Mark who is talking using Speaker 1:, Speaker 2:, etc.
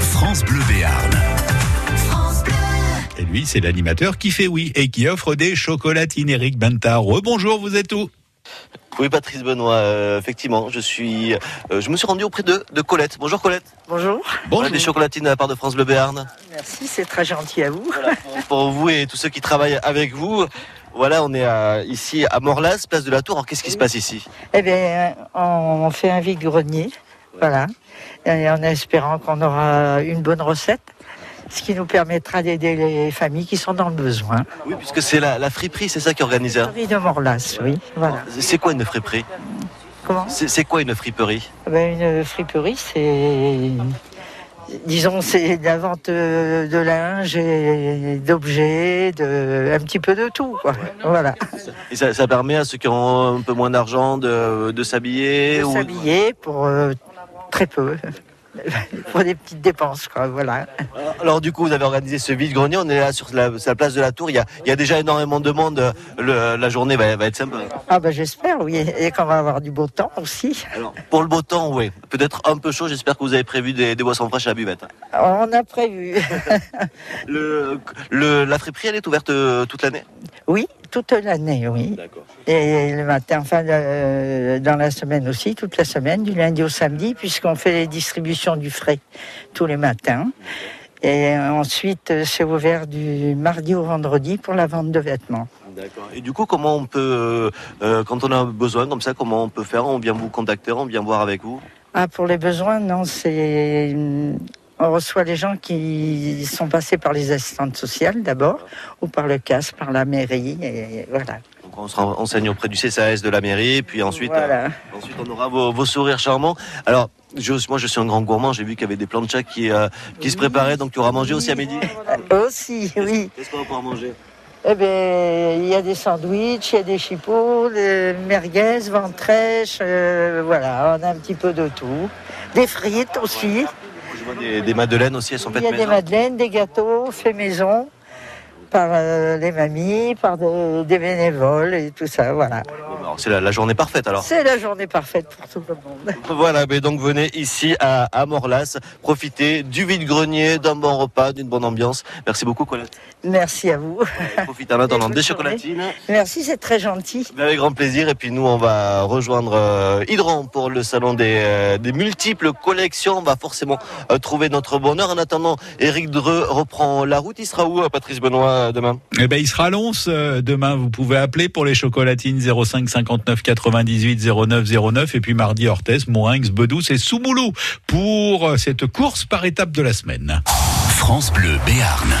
Speaker 1: France Bleu Béarn.
Speaker 2: Et lui, c'est l'animateur qui fait oui et qui offre des chocolatines. Eric Bentard, bonjour, vous êtes où
Speaker 3: Oui, Patrice Benoît, euh, effectivement, je suis, euh, je me suis rendu auprès de, de Colette. Bonjour Colette.
Speaker 4: Bonjour,
Speaker 3: Voilà des chocolatines de la part de France Bleu Béarn.
Speaker 4: merci, c'est très gentil à vous.
Speaker 3: Voilà, pour, pour vous et tous ceux qui travaillent avec vous. Voilà, on est à- ici à Morlas, place de la Tour. Alors, qu'est-ce qui se passe ici
Speaker 4: Eh bien, on fait un vide grenier, voilà, et en espérant qu'on aura une bonne recette, ce qui nous permettra d'aider les familles qui sont dans le besoin.
Speaker 3: Oui, puisque c'est la, la friperie, c'est ça qui est organisé. hein.
Speaker 4: Riz de Morlas, oui, voilà.
Speaker 3: C'est quoi une friperie
Speaker 4: Comment
Speaker 3: C'est c'est quoi une friperie
Speaker 4: Eh ben, Une friperie, c'est, disons, c'est de la vente euh, de linge et d'objets, de un petit peu de tout, quoi. Voilà.
Speaker 3: Et ça, ça permet à ceux qui ont un peu moins d'argent de, de s'habiller
Speaker 4: de
Speaker 3: ou-
Speaker 4: s'habiller pour euh, très peu, pour des petites dépenses, quoi, voilà.
Speaker 3: Alors du coup, vous avez organisé ce vide-grenier. On est là sur la, sur la place de la Tour. Il y a, il y a déjà énormément de demandes. la journée va, va être sympa.
Speaker 4: Ah ben j'espère, oui, et qu'on va avoir du beau temps aussi.
Speaker 3: Alors, pour le beau temps, oui. Peut-être un peu chaud. J'espère que vous avez prévu des, des boissons fraîches à la buvette.
Speaker 4: On a prévu,
Speaker 3: Le, le- la friperie, elle est ouverte euh, toute l'année
Speaker 4: oui, toute l'année, oui.
Speaker 3: D'accord.
Speaker 4: Et le matin, enfin le- dans la semaine aussi, toute la semaine, du lundi au samedi, puisqu'on fait les distributions du frais tous les matins. Et ensuite, euh, c'est ouvert du mardi au vendredi pour la vente de vêtements.
Speaker 3: D'accord. Et du coup, comment on peut, euh, euh, quand on a besoin comme ça, comment on peut faire On vient vous contacter, on vient voir avec vous.
Speaker 4: Ah, pour les besoins, non, c'est. euh, On reçoit les gens qui sont passés par les assistantes sociales d'abord, ou par le CAS, par la mairie, et voilà.
Speaker 3: Donc on se ren- renseigne auprès du CSAS de la mairie, puis ensuite,
Speaker 4: Voilà.
Speaker 3: euh, ensuite on aura vos, vos sourires charmants. Alors, je, moi, je suis un grand gourmand. J'ai vu qu'il y avait des planchas qui, euh, qui se préparaient, donc tu auras mangé aussi à midi.
Speaker 4: Euh, Aussi, oui.
Speaker 3: Qu'est-ce qu'on va pouvoir manger
Speaker 4: Eh ben, il y a des sandwichs, il y a des chipots, des merguez, ventrèche, euh, voilà, on a un petit peu de tout. Des frites aussi.
Speaker 3: Je vois des, des madeleines aussi, elles sont
Speaker 4: Il y
Speaker 3: faites
Speaker 4: a des
Speaker 3: maison.
Speaker 4: madeleines, des gâteaux faits maison par euh, les mamies, par des, des bénévoles et tout ça, voilà.
Speaker 3: bah, Alors, C'est la, la journée parfaite alors.
Speaker 4: C'est la journée parfaite pour tout le monde.
Speaker 3: Voilà, mais donc venez ici à, à Morlas, profitez du vide-grenier, d'un bon repas, d'une bonne ambiance. Merci beaucoup Colette.
Speaker 4: Merci à vous.
Speaker 3: Profite en attendant
Speaker 4: bonne
Speaker 3: des
Speaker 4: journée.
Speaker 3: chocolatines.
Speaker 4: Merci, c'est très gentil.
Speaker 3: Mais Avec grand plaisir. Et puis nous, on va rejoindre euh, Hydran pour le salon des, euh, des multiples collections. On va forcément euh, trouver notre bonheur. En attendant, Eric Dreux reprend la route. Il sera où, euh, Patrice Benoît, euh, demain
Speaker 2: Eh ben, il sera à Lons euh, demain. Vous pouvez appeler pour les chocolatines 05 59 98 09 09 et puis mardi Orthès, Moinx, Bedous et Soumoulou pour euh, cette course par étape de la semaine.
Speaker 1: France Bleu Béarn.